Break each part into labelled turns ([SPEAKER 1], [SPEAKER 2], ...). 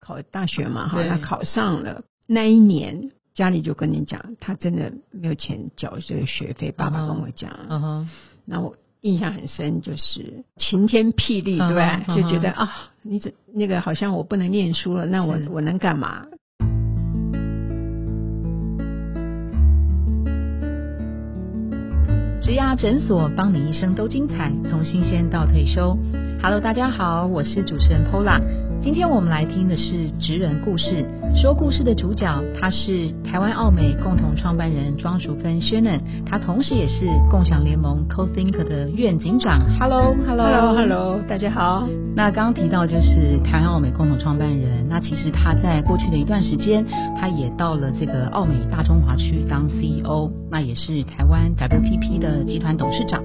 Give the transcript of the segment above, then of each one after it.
[SPEAKER 1] 考大学嘛，哈，
[SPEAKER 2] 对
[SPEAKER 1] 他考上了。那一年家里就跟你讲，他真的没有钱缴这个学费。爸爸跟我讲，
[SPEAKER 2] 嗯哼，
[SPEAKER 1] 那我印象很深，就是晴天霹雳，
[SPEAKER 2] 嗯
[SPEAKER 1] 对
[SPEAKER 2] 哼
[SPEAKER 1] 不对？
[SPEAKER 2] 嗯哼
[SPEAKER 1] 就觉得啊，你这那个好像我不能念书了，那我
[SPEAKER 2] 是
[SPEAKER 1] 我能干嘛？
[SPEAKER 2] 植牙诊所帮你一生都精彩，从新鲜到退休。Hello，大家好，我是主持人 Pola。今天我们来听的是职人故事，说故事的主角他是台湾奥美共同创办人庄淑芬 Shannon，他同时也是共享联盟 CoThinker 的院警长。Hello，Hello，Hello
[SPEAKER 1] Hello，Hello，大家好。
[SPEAKER 2] 那刚刚提到就是台湾奥美共同创办人，那其实他在过去的一段时间，他也到了这个奥美大中华区当 CEO，那也是台湾 WPP 的集团董事长。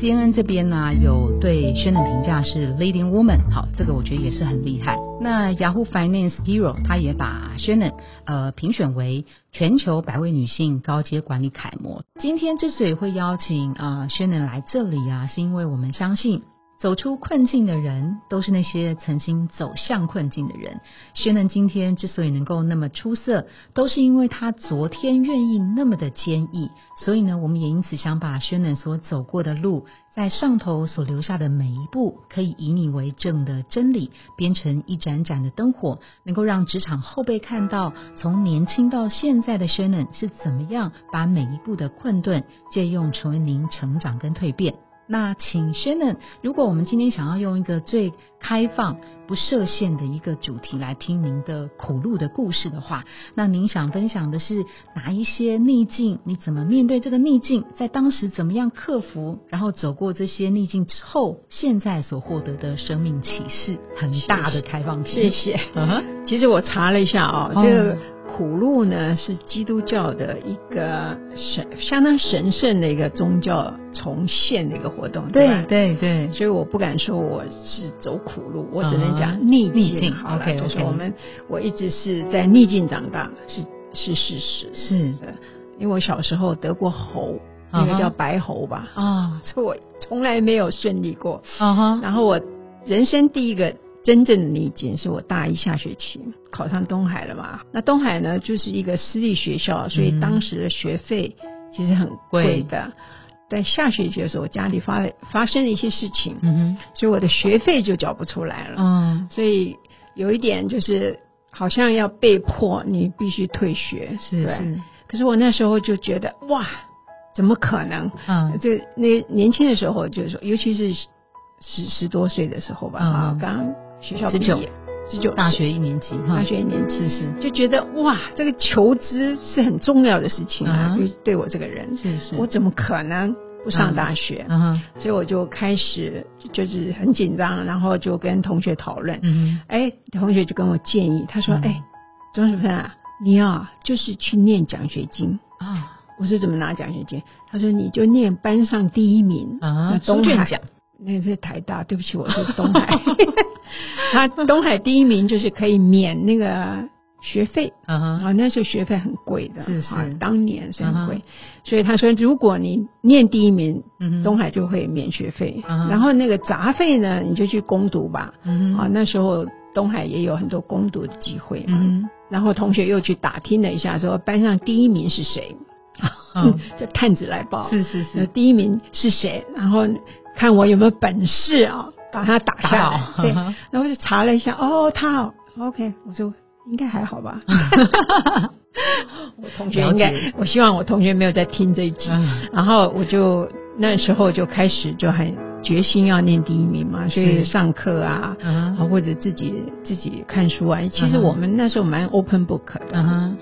[SPEAKER 2] CNN 这边呢有对轩的评价是 leading woman，好，这个我觉得也是很厉害。那 Yahoo Finance Hero 他也把轩 n 呃评选为全球百位女性高阶管理楷模。今天之所以会邀请呃轩 n 来这里啊，是因为我们相信走出困境的人，都是那些曾经走向困境的人。轩能今天之所以能够那么出色，都是因为他昨天愿意那么的坚毅。所以呢，我们也因此想把轩能所走过的路，在上头所留下的每一步，可以以你为证的真理，编成一盏盏的灯火，能够让职场后辈看到，从年轻到现在的轩能是怎么样把每一步的困顿，借用成为您成长跟蜕变。那请 Shannon，如果我们今天想要用一个最开放、不设限的一个主题来听您的苦路的故事的话，那您想分享的是哪一些逆境？你怎么面对这个逆境？在当时怎么样克服？然后走过这些逆境之后，现在所获得的生命启示，很大的开放
[SPEAKER 1] 谢
[SPEAKER 2] 性。
[SPEAKER 1] 谢。
[SPEAKER 2] 嗯哼
[SPEAKER 1] 其实我查了一下哦，
[SPEAKER 2] 哦
[SPEAKER 1] 这个苦路呢是基督教的一个神相当神圣的一个宗教重现的一个活动，
[SPEAKER 2] 对
[SPEAKER 1] 吧？
[SPEAKER 2] 对对，
[SPEAKER 1] 所以我不敢说我是走苦路，我只能
[SPEAKER 2] 啊
[SPEAKER 1] 讲逆境。
[SPEAKER 2] 逆境
[SPEAKER 1] 好了
[SPEAKER 2] OK，
[SPEAKER 1] 就是
[SPEAKER 2] OK
[SPEAKER 1] 我们我一直是在逆境长大，是是事实。
[SPEAKER 2] 是
[SPEAKER 1] 呃因为我小时候得过猴，
[SPEAKER 2] 啊哈
[SPEAKER 1] 那个叫白猴吧，
[SPEAKER 2] 啊
[SPEAKER 1] 所以我从来没有顺利过。
[SPEAKER 2] 啊哈
[SPEAKER 1] 然后我人生第一个真正的逆境是我大一下学期考上东海了嘛。那东海呢，就是一个私立学校，所
[SPEAKER 2] 嗯
[SPEAKER 1] 以当时的学费其实很贵的。在下学期的时候，我家里发发生了一些事情，
[SPEAKER 2] 嗯
[SPEAKER 1] 所以我的学费就缴不出来
[SPEAKER 2] 哼
[SPEAKER 1] 了。
[SPEAKER 2] 嗯
[SPEAKER 1] 所以有一点就是，好像要被迫你必须退学，
[SPEAKER 2] 是
[SPEAKER 1] 对
[SPEAKER 2] 是
[SPEAKER 1] 可是我那时候就觉得，哇，怎么可能？
[SPEAKER 2] 嗯
[SPEAKER 1] 就那年轻的时候，就是说，尤其是十十多岁的时候吧，
[SPEAKER 2] 嗯
[SPEAKER 1] 啊、刚学校毕
[SPEAKER 2] 19
[SPEAKER 1] 业，十九
[SPEAKER 2] 大学一嗯年级哈
[SPEAKER 1] 大学一年级，
[SPEAKER 2] 是是
[SPEAKER 1] 就觉得哇，这个求知是很重要的事情啊，
[SPEAKER 2] 嗯
[SPEAKER 1] 对对我这个人，
[SPEAKER 2] 是是
[SPEAKER 1] 我怎么可能不上大学？
[SPEAKER 2] 嗯哼
[SPEAKER 1] 所以我就开始就是很紧张，然后就跟同学讨论，
[SPEAKER 2] 嗯哼
[SPEAKER 1] 哎，同学就跟我建议，他说，
[SPEAKER 2] 嗯
[SPEAKER 1] 哎，钟淑芬啊，你啊，就是去念奖学金。
[SPEAKER 2] 啊
[SPEAKER 1] 我说怎么拿奖学金？他说你就念班上第一名
[SPEAKER 2] 啊
[SPEAKER 1] 那
[SPEAKER 2] 书
[SPEAKER 1] 嗯东
[SPEAKER 2] 卷
[SPEAKER 1] 海
[SPEAKER 2] 奖
[SPEAKER 1] 那是台大，对不起，我是东海。 他东海第一名就是可以免那个学费
[SPEAKER 2] 嗯
[SPEAKER 1] 啊、
[SPEAKER 2] 哼
[SPEAKER 1] 那时候学费很贵的，
[SPEAKER 2] 是是
[SPEAKER 1] 啊当年是很贵。
[SPEAKER 2] 嗯
[SPEAKER 1] 所以他说，如果你念第一名，
[SPEAKER 2] 嗯哼
[SPEAKER 1] 东海就会免学费，
[SPEAKER 2] 嗯
[SPEAKER 1] 然后那个杂费呢，你就去攻读吧。
[SPEAKER 2] 嗯
[SPEAKER 1] 啊
[SPEAKER 2] 哼，
[SPEAKER 1] 那时候东海也有很多攻读的机会嘛。
[SPEAKER 2] 嗯
[SPEAKER 1] 然后同学又去打听了一下，说班上第一名是谁，
[SPEAKER 2] 嗯
[SPEAKER 1] 这探子来报，
[SPEAKER 2] 哼是是
[SPEAKER 1] 呃
[SPEAKER 2] 是
[SPEAKER 1] 第一名是谁，然后看我有没有本事啊、把他打
[SPEAKER 2] 打
[SPEAKER 1] 下来。
[SPEAKER 2] 倒
[SPEAKER 1] 对，
[SPEAKER 2] 嗯哼
[SPEAKER 1] 然后就查了一下，哦，他哦，OK，我说应该还好 吧。 我同学应
[SPEAKER 2] 了解
[SPEAKER 1] 该，我希望我同学没有在听这一集。
[SPEAKER 2] 嗯
[SPEAKER 1] 然后我就那时候就开始就很决心要念第一名嘛，所以
[SPEAKER 2] 是
[SPEAKER 1] 上课啊，
[SPEAKER 2] 嗯
[SPEAKER 1] 啊，
[SPEAKER 2] 哼
[SPEAKER 1] 或者自己自己看书啊。其实
[SPEAKER 2] 嗯哼
[SPEAKER 1] 我们那时候蛮 open book 的，
[SPEAKER 2] 嗯哼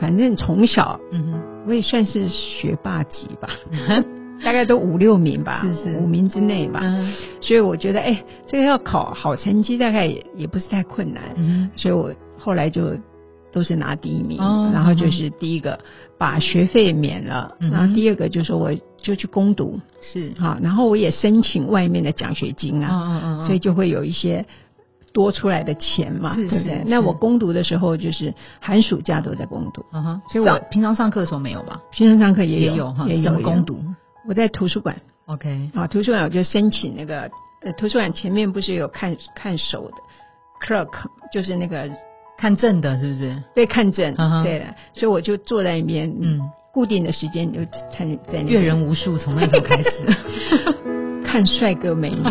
[SPEAKER 1] 反正从小
[SPEAKER 2] 嗯
[SPEAKER 1] 我也算是学霸级 吧，
[SPEAKER 2] 哼
[SPEAKER 1] 大概都五六名吧，
[SPEAKER 2] 是是
[SPEAKER 1] 五名之内吧。
[SPEAKER 2] 嗯
[SPEAKER 1] 所以我觉得，哎，这个要考好成绩，大概也也不是太困难。
[SPEAKER 2] 嗯
[SPEAKER 1] 所以我后来就都是拿第一名，
[SPEAKER 2] 哦
[SPEAKER 1] 然后就是第一个把学费免了，
[SPEAKER 2] 嗯哼
[SPEAKER 1] 然后第二个就是我就去攻读，
[SPEAKER 2] 是
[SPEAKER 1] 好，啊然后我也申请外面的奖学金啊。
[SPEAKER 2] 嗯嗯
[SPEAKER 1] 所以就会有一些多出来的钱嘛，
[SPEAKER 2] 是
[SPEAKER 1] 对
[SPEAKER 2] 是
[SPEAKER 1] 不对
[SPEAKER 2] 是？
[SPEAKER 1] 那我攻读的时候，就是寒暑假都在攻读，
[SPEAKER 2] 嗯哼，
[SPEAKER 1] 所以
[SPEAKER 2] 上
[SPEAKER 1] 我
[SPEAKER 2] 平常上课的时候没有吧？
[SPEAKER 1] 平常上课也有
[SPEAKER 2] 有哈，
[SPEAKER 1] 也
[SPEAKER 2] 怎么
[SPEAKER 1] 有
[SPEAKER 2] 攻。读
[SPEAKER 1] 我在图书馆
[SPEAKER 2] ？OK，
[SPEAKER 1] 啊，图书馆我就申请那个，呃，图书馆前面不是有看看守的 clerk，就是那个
[SPEAKER 2] 看正的，是不是？
[SPEAKER 1] 对，看诊
[SPEAKER 2] 嗯哼
[SPEAKER 1] 对的，所以我就坐在那边，嗯，
[SPEAKER 2] 嗯，
[SPEAKER 1] 固定的时间就参在那边
[SPEAKER 2] 阅人无数，从那时候开 始。
[SPEAKER 1] 看帅哥美 女，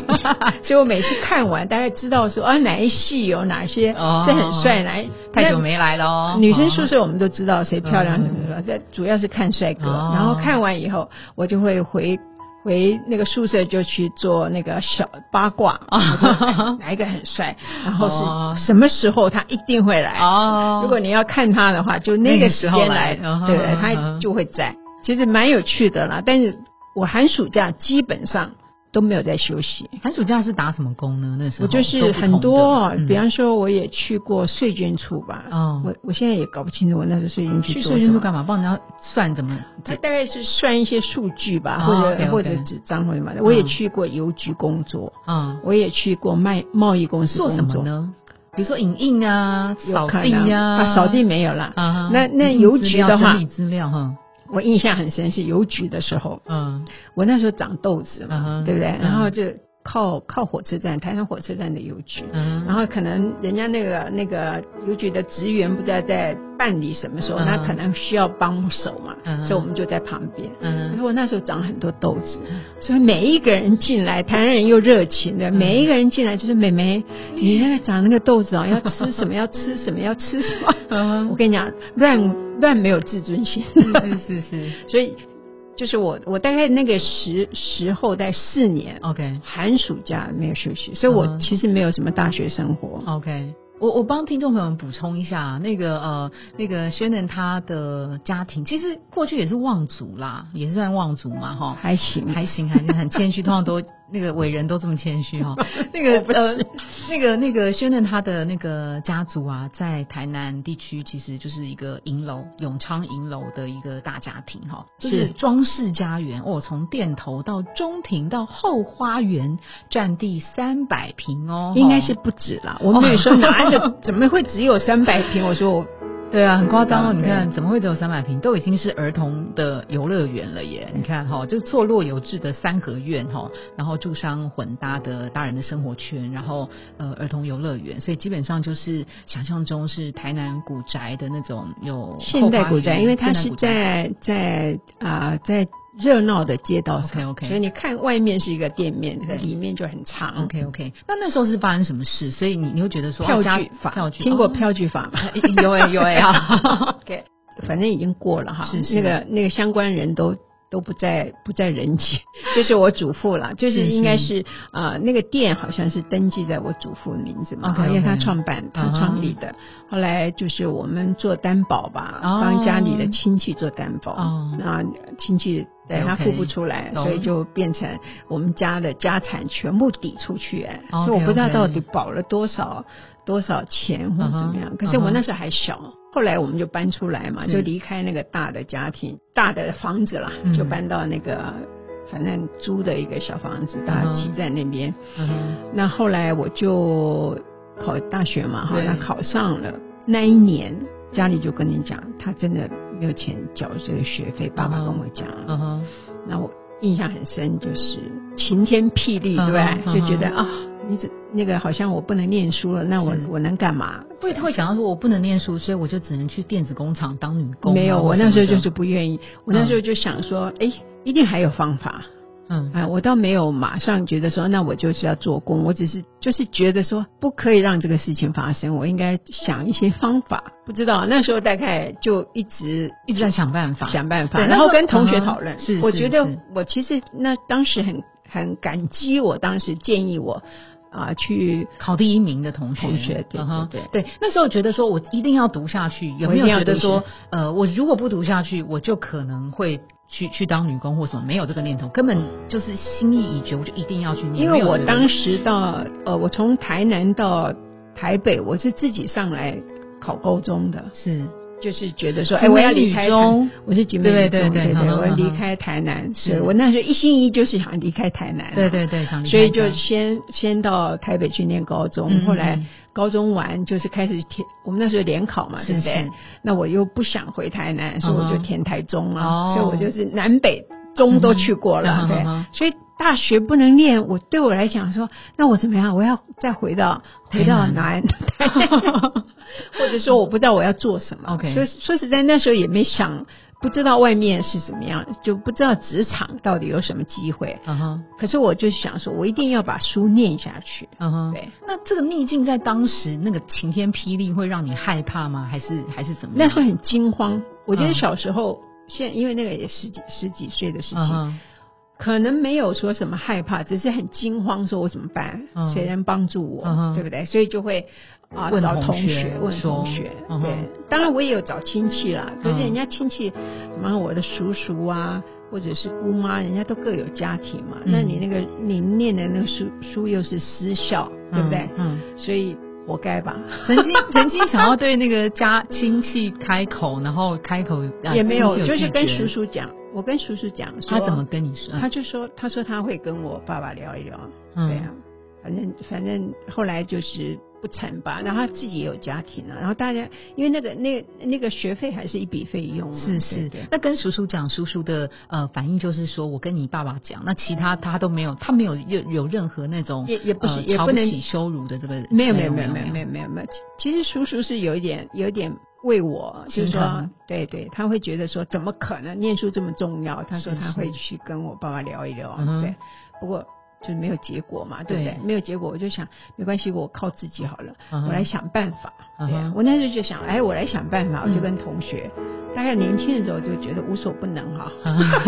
[SPEAKER 1] 所以我每次看完大概知道说啊哪一戏有哪些是
[SPEAKER 2] 哦
[SPEAKER 1] 很帅，哪一
[SPEAKER 2] 太久。没来了
[SPEAKER 1] 那
[SPEAKER 2] 哦。
[SPEAKER 1] 女生宿
[SPEAKER 2] 说
[SPEAKER 1] 舍我们都知道谁漂亮什
[SPEAKER 2] 嗯
[SPEAKER 1] 么什么，这主要是看帅哥。
[SPEAKER 2] 哦
[SPEAKER 1] 然后看完以后，我就会回回那个宿舍就去做那个小八卦，
[SPEAKER 2] 哦
[SPEAKER 1] 我就看哪一个很帅，然后
[SPEAKER 2] 哦
[SPEAKER 1] 是什么时候他一定会来。
[SPEAKER 2] 哦，
[SPEAKER 1] 如果你要看他的话，就那个时间来，
[SPEAKER 2] 那个时
[SPEAKER 1] 对不
[SPEAKER 2] 候来嗯
[SPEAKER 1] 对？
[SPEAKER 2] 哼嗯
[SPEAKER 1] 他
[SPEAKER 2] 哼
[SPEAKER 1] 就会在，其实蛮有趣的啦。但是我寒暑假基本上都没有在休息，
[SPEAKER 2] 寒暑假是打什么工呢？那时候
[SPEAKER 1] 我就是
[SPEAKER 2] 都不同的
[SPEAKER 1] 很多，
[SPEAKER 2] 嗯
[SPEAKER 1] 比方说我也去过税捐处吧，
[SPEAKER 2] 哦
[SPEAKER 1] 我我现在也搞不清楚我那时候税捐
[SPEAKER 2] 去
[SPEAKER 1] 去做
[SPEAKER 2] 社
[SPEAKER 1] 什
[SPEAKER 2] 区处
[SPEAKER 1] 么。
[SPEAKER 2] 干嘛？帮人家算怎么？
[SPEAKER 1] 他大概是算一些数据吧，
[SPEAKER 2] 哦
[SPEAKER 1] 或者、
[SPEAKER 2] OK，OK
[SPEAKER 1] 或者纸张或者什么的。我也去过邮局工作，
[SPEAKER 2] 啊，
[SPEAKER 1] 我也去过卖贸易公司
[SPEAKER 2] 做什
[SPEAKER 1] 工作
[SPEAKER 2] 么。呢？比如说影印啊，
[SPEAKER 1] 有
[SPEAKER 2] 扫
[SPEAKER 1] 看啊
[SPEAKER 2] 地呀，
[SPEAKER 1] 啊扫地没有啦。
[SPEAKER 2] 啊，
[SPEAKER 1] 那那
[SPEAKER 2] 影印
[SPEAKER 1] 邮
[SPEAKER 2] 资
[SPEAKER 1] 局
[SPEAKER 2] 料
[SPEAKER 1] 的话
[SPEAKER 2] 整理资料哈，
[SPEAKER 1] 我印象很深是邮局的时候，
[SPEAKER 2] 嗯
[SPEAKER 1] 我那时候长痘子
[SPEAKER 2] 嗯
[SPEAKER 1] 嘛，
[SPEAKER 2] 哼
[SPEAKER 1] 对不对？
[SPEAKER 2] 嗯
[SPEAKER 1] 然后就靠靠火车站，台南火车站的邮局。
[SPEAKER 2] 嗯，
[SPEAKER 1] 然后可能人家那个那个邮局的职员不知道在办理什么时候，
[SPEAKER 2] 嗯
[SPEAKER 1] 那可能需要帮手嘛，
[SPEAKER 2] 嗯
[SPEAKER 1] 所以我们就在旁边。然
[SPEAKER 2] 嗯
[SPEAKER 1] 后我那时候长很多痘子，所以每一个人进来，台湾人又热情
[SPEAKER 2] 嗯
[SPEAKER 1] 的，每一个人进来就是美眉，你那个长那个痘子哦，要吃什么？要吃什么？要吃什么？我
[SPEAKER 2] 嗯，
[SPEAKER 1] 跟你讲，乱乱没有自尊心。
[SPEAKER 2] 是是是
[SPEAKER 1] 所以就是我我大概那个时时候在四年，哦
[SPEAKER 2] ，OK
[SPEAKER 1] 寒暑假没有休息，所以我
[SPEAKER 2] 嗯哦
[SPEAKER 1] 其实没有什么大学生活。
[SPEAKER 2] OK。我我帮听众朋友们补充一下，那个呃，那个 Shannon 他的家庭其实过去也是望族啦，也是算望族嘛哈。
[SPEAKER 1] 还行，
[SPEAKER 2] 还行，还行，很谦虚，通常都那个伟人都这么谦 虚哈、那个
[SPEAKER 1] 我不是
[SPEAKER 2] 呃，那个那个轩嫩他的那个家族啊，在台南地区其实就是一个银楼永昌银楼的一个大家庭哈、就
[SPEAKER 1] 是
[SPEAKER 2] 是装饰家园哦，从店头到中庭到后花园，占地三百平哦，
[SPEAKER 1] 应该是不止啦。我没有说拿着， 怎么会只有三百平？我说我
[SPEAKER 2] 对啊，很夸张哦！
[SPEAKER 1] 嗯
[SPEAKER 2] 你
[SPEAKER 1] 对
[SPEAKER 2] 看，怎么会只有三百平？都已经是儿童的游乐园了耶！
[SPEAKER 1] 嗯
[SPEAKER 2] 你看哈、就错落有致的三合院哈、然后住商混搭的大人的生活圈，然后呃儿童游乐园，所以基本上就是想象中是台南古宅的那种有
[SPEAKER 1] 现代古宅，因为它是
[SPEAKER 2] 在
[SPEAKER 1] 在在啊、在热闹的街道上
[SPEAKER 2] OK，OK
[SPEAKER 1] 所以你看外面是一个店面，
[SPEAKER 2] 对
[SPEAKER 1] 里面就很长。
[SPEAKER 2] OK OK。那那时候是发生什么事？所以你你会觉得说
[SPEAKER 1] 票
[SPEAKER 2] 哦家
[SPEAKER 1] 据法，
[SPEAKER 2] 票据
[SPEAKER 1] 听过
[SPEAKER 2] 哦
[SPEAKER 1] 票据法吗？
[SPEAKER 2] 有哎有 哎啊
[SPEAKER 1] OK，反正已经过了哈，
[SPEAKER 2] 是是
[SPEAKER 1] 那个那个相关人都都不在不在人 间，就是我祖父了，就是
[SPEAKER 2] 是
[SPEAKER 1] 应该是啊、呃那个店好像是登记在我祖父的名字嘛
[SPEAKER 2] OK，OK
[SPEAKER 1] 因为他创办他
[SPEAKER 2] 啊哈
[SPEAKER 1] 创立的，后来就是我们做担保吧，
[SPEAKER 2] 哦
[SPEAKER 1] 帮家里的亲戚做担保，
[SPEAKER 2] 哦
[SPEAKER 1] 那亲戚。对
[SPEAKER 2] OK，OK
[SPEAKER 1] 他付不出来，
[SPEAKER 2] 懂
[SPEAKER 1] 所以就变成我们家的家产全部抵出去，哎，所
[SPEAKER 2] OK，OK
[SPEAKER 1] 以我不知道到底保了多少多少钱或者怎么样。
[SPEAKER 2] 嗯哼
[SPEAKER 1] 可是我
[SPEAKER 2] 嗯哼
[SPEAKER 1] 那时候还小，后来我们就搬出来嘛，
[SPEAKER 2] 是
[SPEAKER 1] 就离开那个大的家庭、大的房子啦，
[SPEAKER 2] 嗯
[SPEAKER 1] 就搬到那个反正租的一个小房子，大家
[SPEAKER 2] 嗯
[SPEAKER 1] 挤在那边。
[SPEAKER 2] 嗯
[SPEAKER 1] 那后来我就考大学嘛，哈，
[SPEAKER 2] 对
[SPEAKER 1] 那考上了那一年，家里就跟你讲，他真的没有钱缴这个学费，爸爸
[SPEAKER 2] 嗯
[SPEAKER 1] 跟我讲，
[SPEAKER 2] 嗯哼
[SPEAKER 1] 那我印象很深，就是晴天霹雳，对不
[SPEAKER 2] 嗯
[SPEAKER 1] 对？
[SPEAKER 2] 哼
[SPEAKER 1] 就觉得
[SPEAKER 2] 嗯
[SPEAKER 1] 啊，你这那个好像我不能念书了，那我
[SPEAKER 2] 是
[SPEAKER 1] 我能干嘛？
[SPEAKER 2] 会会想要说，我不能念书，所以我就只能去电子工厂当女工啊。
[SPEAKER 1] 没有，我
[SPEAKER 2] 或什
[SPEAKER 1] 那
[SPEAKER 2] 么
[SPEAKER 1] 时候
[SPEAKER 2] 的
[SPEAKER 1] 就是不愿意，我那时候就想说，哎、一定还有方法
[SPEAKER 2] 嗯
[SPEAKER 1] 啊！我倒没有马上觉得说，那我就是要做工，我只是就是觉得说，不可以让这个事情发生，我应该想一些方法。不知道那时候大概就一直
[SPEAKER 2] 一直在想办法。
[SPEAKER 1] 想办法，
[SPEAKER 2] 对
[SPEAKER 1] 然后跟同学
[SPEAKER 2] 那时候
[SPEAKER 1] 讨论。
[SPEAKER 2] 嗯是
[SPEAKER 1] 我
[SPEAKER 2] 是
[SPEAKER 1] 觉得
[SPEAKER 2] 是
[SPEAKER 1] 我其实那当时很很感激，我当时建议我啊、去
[SPEAKER 2] 考第一名的同学，
[SPEAKER 1] 同学对
[SPEAKER 2] 嗯哼
[SPEAKER 1] 对
[SPEAKER 2] 对，那时候觉得说我一定要读下去，有没
[SPEAKER 1] 我一
[SPEAKER 2] 有
[SPEAKER 1] 定要
[SPEAKER 2] 觉得
[SPEAKER 1] 读
[SPEAKER 2] 说，呃，我如果不读下去，我就可能会去去当女工或什么？没有这个念头，根本就是心意已决，我就一定要去
[SPEAKER 1] 嗯
[SPEAKER 2] 念。
[SPEAKER 1] 因为我当
[SPEAKER 2] 时
[SPEAKER 1] 时到呃，我从台南到台北，我是自己上来考高中的，
[SPEAKER 2] 是
[SPEAKER 1] 就是觉得说，
[SPEAKER 2] 景
[SPEAKER 1] 哎，我
[SPEAKER 2] 美
[SPEAKER 1] 要离
[SPEAKER 2] 女
[SPEAKER 1] 开
[SPEAKER 2] 中
[SPEAKER 1] 台，我是景美女中，
[SPEAKER 2] 对对对
[SPEAKER 1] 对
[SPEAKER 2] 嗯嗯
[SPEAKER 1] 我要
[SPEAKER 2] 嗯
[SPEAKER 1] 离开台南，
[SPEAKER 2] 是
[SPEAKER 1] 所以我那时候一心一意就是想离开台南，
[SPEAKER 2] 对。对对，想离
[SPEAKER 1] 所以
[SPEAKER 2] 开家
[SPEAKER 1] 就先先到台北去念高中，
[SPEAKER 2] 嗯
[SPEAKER 1] 后来
[SPEAKER 2] 嗯
[SPEAKER 1] 高中完就是开始填，我们那时候联考嘛，
[SPEAKER 2] 是
[SPEAKER 1] 对不对
[SPEAKER 2] 是？
[SPEAKER 1] 那我又不想回台南，所以我就填台中了，
[SPEAKER 2] 嗯哦
[SPEAKER 1] 所以我就是南北中都去过了，
[SPEAKER 2] 嗯哼
[SPEAKER 1] 对。
[SPEAKER 2] 嗯哼
[SPEAKER 1] 所以大学不能念，我对我来讲说，那我怎么样？我要再回到回到 南， 或者说我不知道我要做什么。
[SPEAKER 2] OK
[SPEAKER 1] 所以说实在那时候也没想，不知道外面是怎么样，就不知道职场到底有什么机会。
[SPEAKER 2] 嗯哼，
[SPEAKER 1] 可是我就想说，我一定要把书念下去。
[SPEAKER 2] 嗯哼。
[SPEAKER 1] 对，
[SPEAKER 2] 那这个逆境在当时那个晴天霹雳会让你害怕吗？还是还是怎么
[SPEAKER 1] 那
[SPEAKER 2] 样？
[SPEAKER 1] 时候很惊慌。我觉得
[SPEAKER 2] 嗯
[SPEAKER 1] 小时候，现因为那个也十几十几岁的事情，
[SPEAKER 2] 嗯哼，
[SPEAKER 1] 可能没有说什么害怕，只是很惊慌，说我怎么办？
[SPEAKER 2] 嗯
[SPEAKER 1] 谁能帮助我？
[SPEAKER 2] 嗯哼
[SPEAKER 1] 对不对？所以就会啊、
[SPEAKER 2] 问
[SPEAKER 1] 找
[SPEAKER 2] 同
[SPEAKER 1] 同
[SPEAKER 2] 学
[SPEAKER 1] 学问同
[SPEAKER 2] 说
[SPEAKER 1] 学。
[SPEAKER 2] 嗯哼
[SPEAKER 1] 对，当然我也有找亲戚啦，可是
[SPEAKER 2] 嗯
[SPEAKER 1] 人家亲戚，什么我的叔叔啊，或者是姑妈，人家都各有家庭嘛。
[SPEAKER 2] 嗯
[SPEAKER 1] 那你那个你念的那个书书又是私校，对不对？
[SPEAKER 2] 嗯，
[SPEAKER 1] 所以活该吧。
[SPEAKER 2] 嗯曾经 曾经想要对那个家亲戚开口，然后开口、呃
[SPEAKER 1] 也没有，
[SPEAKER 2] 亲戚
[SPEAKER 1] 就是跟
[SPEAKER 2] 拒绝
[SPEAKER 1] 叔叔讲，我跟叔叔讲说，
[SPEAKER 2] 他怎么，跟嗯你说？
[SPEAKER 1] 他就说，他说他会跟我爸爸聊一聊，
[SPEAKER 2] 嗯
[SPEAKER 1] 对啊，反正反正后来就是不成吧，然后他自己也有家庭啊了、然后大家因为那个那那个学费还是一笔费用嘛，
[SPEAKER 2] 是
[SPEAKER 1] 对
[SPEAKER 2] 是
[SPEAKER 1] 对，
[SPEAKER 2] 那跟叔叔讲，叔叔的呃反应就是说，我跟你爸爸讲，那其他他都没有，他没有有有任何那种
[SPEAKER 1] 也也不
[SPEAKER 2] 呃
[SPEAKER 1] 是也
[SPEAKER 2] 瞧
[SPEAKER 1] 不能
[SPEAKER 2] 起羞辱的这个
[SPEAKER 1] 没有没
[SPEAKER 2] 内
[SPEAKER 1] 有
[SPEAKER 2] 容
[SPEAKER 1] 没有没有没有没有没有，其实叔叔是有一点有一点为我，就是
[SPEAKER 2] 心
[SPEAKER 1] 说
[SPEAKER 2] 疼，
[SPEAKER 1] 对对，他会觉得说怎么可能念书这么重要？他说
[SPEAKER 2] 是
[SPEAKER 1] 他
[SPEAKER 2] 是
[SPEAKER 1] 会去跟我爸爸聊一聊，
[SPEAKER 2] 嗯哼
[SPEAKER 1] 对，不过。就是没有结果嘛，对不对？
[SPEAKER 2] 对
[SPEAKER 1] 没有结果，我就想没关系，我靠自己好了，
[SPEAKER 2] 嗯哼
[SPEAKER 1] 我来想办法。
[SPEAKER 2] 嗯哼
[SPEAKER 1] 对啊，我那时候就想，哎，我来想办法，我就
[SPEAKER 2] 嗯
[SPEAKER 1] 跟同学，大概年轻的时候就觉得无所不能 哈，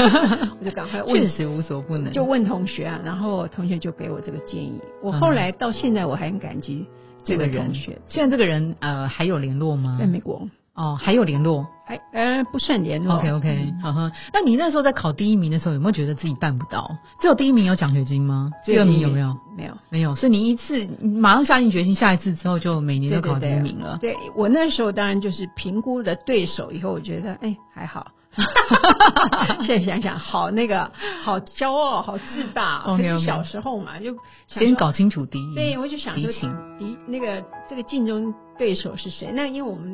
[SPEAKER 1] 我就赶快问
[SPEAKER 2] 嗯确实无所不能，
[SPEAKER 1] 就问同学啊，然后同学就给我这个建议。我后来到现在我还很感激
[SPEAKER 2] 嗯这
[SPEAKER 1] 这
[SPEAKER 2] 个
[SPEAKER 1] 个
[SPEAKER 2] 人
[SPEAKER 1] 同学，。
[SPEAKER 2] 现在这个人呃还有联络吗
[SPEAKER 1] 在？美国
[SPEAKER 2] 哦，还有联络。
[SPEAKER 1] 还呃不算联络。
[SPEAKER 2] OK OK，好
[SPEAKER 1] 嗯
[SPEAKER 2] 哈。那你那时候在考第一名的时候，有没有觉得自己办不到？只有第一名有奖学金吗？
[SPEAKER 1] 只
[SPEAKER 2] 第
[SPEAKER 1] 有
[SPEAKER 2] 二
[SPEAKER 1] 第一
[SPEAKER 2] 名有没有？
[SPEAKER 1] 没有。
[SPEAKER 2] 没有，所以你一次你马上下定决心，下一次之后就每年
[SPEAKER 1] 对
[SPEAKER 2] 都考
[SPEAKER 1] 对
[SPEAKER 2] 第
[SPEAKER 1] 对啊
[SPEAKER 2] 一名了。
[SPEAKER 1] 对我那时候当然就是评估了对手以后，我觉得哎还 好。现在想想，好那个，好骄傲，好自大。可
[SPEAKER 2] OK，OK
[SPEAKER 1] 是小时候嘛，就想
[SPEAKER 2] 先
[SPEAKER 1] 说
[SPEAKER 2] 搞清楚敌意。
[SPEAKER 1] 啊对，我就想说
[SPEAKER 2] 敌情
[SPEAKER 1] 敌那个这个竞争对手是谁？那因为我们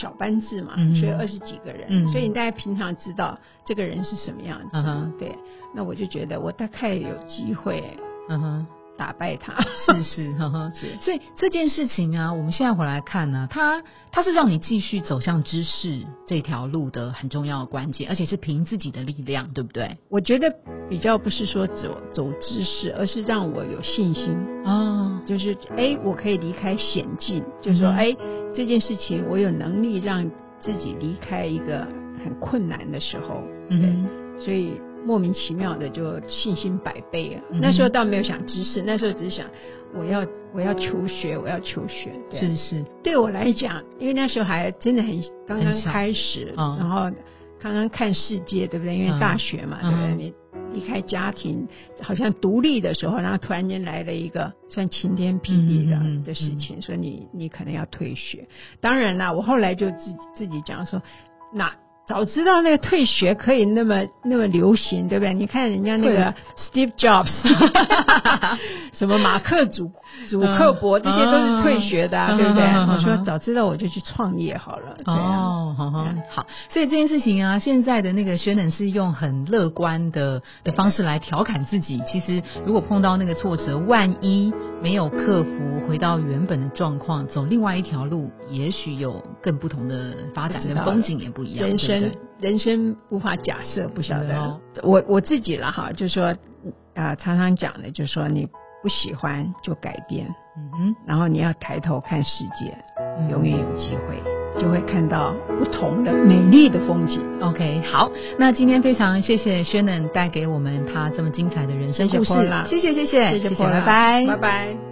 [SPEAKER 1] 小班制嘛，
[SPEAKER 2] 嗯哼
[SPEAKER 1] 所以二十几个人，
[SPEAKER 2] 嗯
[SPEAKER 1] 所以你大概平常知道这个人是什么样子。
[SPEAKER 2] 嗯哼
[SPEAKER 1] 对，那我就觉得我大概有机会
[SPEAKER 2] 嗯哼，
[SPEAKER 1] 打败他。
[SPEAKER 2] 是 是，呵呵。
[SPEAKER 1] 是
[SPEAKER 2] 所以这件事情啊，我们现在回来看呢、它它是让你继续走向知识这条路的很重要的关键，而且是凭自己的力量，对不对？
[SPEAKER 1] 我觉得比较不是说走走知识，而是让我有信心，
[SPEAKER 2] 哦，
[SPEAKER 1] 就是哎，我可以离开险境，就是说
[SPEAKER 2] 嗯哼
[SPEAKER 1] 哎，这件事情我有能力让自己离开一个很困难的时候。
[SPEAKER 2] 嗯
[SPEAKER 1] 所以莫名其妙的就信心百倍啊。
[SPEAKER 2] 嗯哼
[SPEAKER 1] 那时候倒没有想知识，那时候只是想我要我要求学，我要求学。
[SPEAKER 2] 哼，
[SPEAKER 1] 对，
[SPEAKER 2] 是是，
[SPEAKER 1] 对我来讲，因为那时候还真的很刚刚
[SPEAKER 2] 很小
[SPEAKER 1] 开始，
[SPEAKER 2] 嗯
[SPEAKER 1] 然后刚刚看世界，对不对？因
[SPEAKER 2] 嗯
[SPEAKER 1] 为大学嘛，
[SPEAKER 2] 嗯
[SPEAKER 1] 对不对？你离开家庭，好像独立的时候，然后突然间来了一个算晴天霹雳的、
[SPEAKER 2] 嗯嗯嗯
[SPEAKER 1] 的事情，说你你可能要退学。当然啦，我后来就自己自己讲说，那。早知道那个退学可以那么那么流行，对不对？你看人家那
[SPEAKER 2] 对
[SPEAKER 1] 个
[SPEAKER 2] 啊
[SPEAKER 1] Steve Jobs，什么马克祖祖克伯，这些都是退学的、啊，
[SPEAKER 2] 嗯
[SPEAKER 1] 对不对？
[SPEAKER 2] 嗯嗯嗯
[SPEAKER 1] 我说
[SPEAKER 2] 嗯
[SPEAKER 1] 早知道我就去创业好了。对啊，
[SPEAKER 2] 哦，好好
[SPEAKER 1] 对啊
[SPEAKER 2] 好，所以这件事情啊，现在的那个学冷是用很乐观的的方式来调侃自己。其实如果碰到那个挫折，万一没有克服，回到原本的状况，走另外一条路，也许有更不同的发展，
[SPEAKER 1] 不知
[SPEAKER 2] 跟
[SPEAKER 1] 道
[SPEAKER 2] 风景也不一样。
[SPEAKER 1] 人
[SPEAKER 2] 对不
[SPEAKER 1] 生
[SPEAKER 2] 对
[SPEAKER 1] 人生无法假设，不晓
[SPEAKER 2] 对
[SPEAKER 1] 得。
[SPEAKER 2] 哦
[SPEAKER 1] 我我自己了哈，就说啊、呃常常讲的，就说你不喜欢就改变，
[SPEAKER 2] 嗯哼
[SPEAKER 1] 然后你要抬头看世界，
[SPEAKER 2] 嗯
[SPEAKER 1] 永远有机会，就会看到不同的美丽的风景。
[SPEAKER 2] OK，好，那今天非常谢谢 Shannon 带给我们他这么精彩的人生
[SPEAKER 1] 谢谢
[SPEAKER 2] 故事
[SPEAKER 1] Paula，
[SPEAKER 2] 谢谢谢谢
[SPEAKER 1] 谢谢
[SPEAKER 2] 谢谢，
[SPEAKER 1] Paula，
[SPEAKER 2] 拜拜
[SPEAKER 1] 拜拜。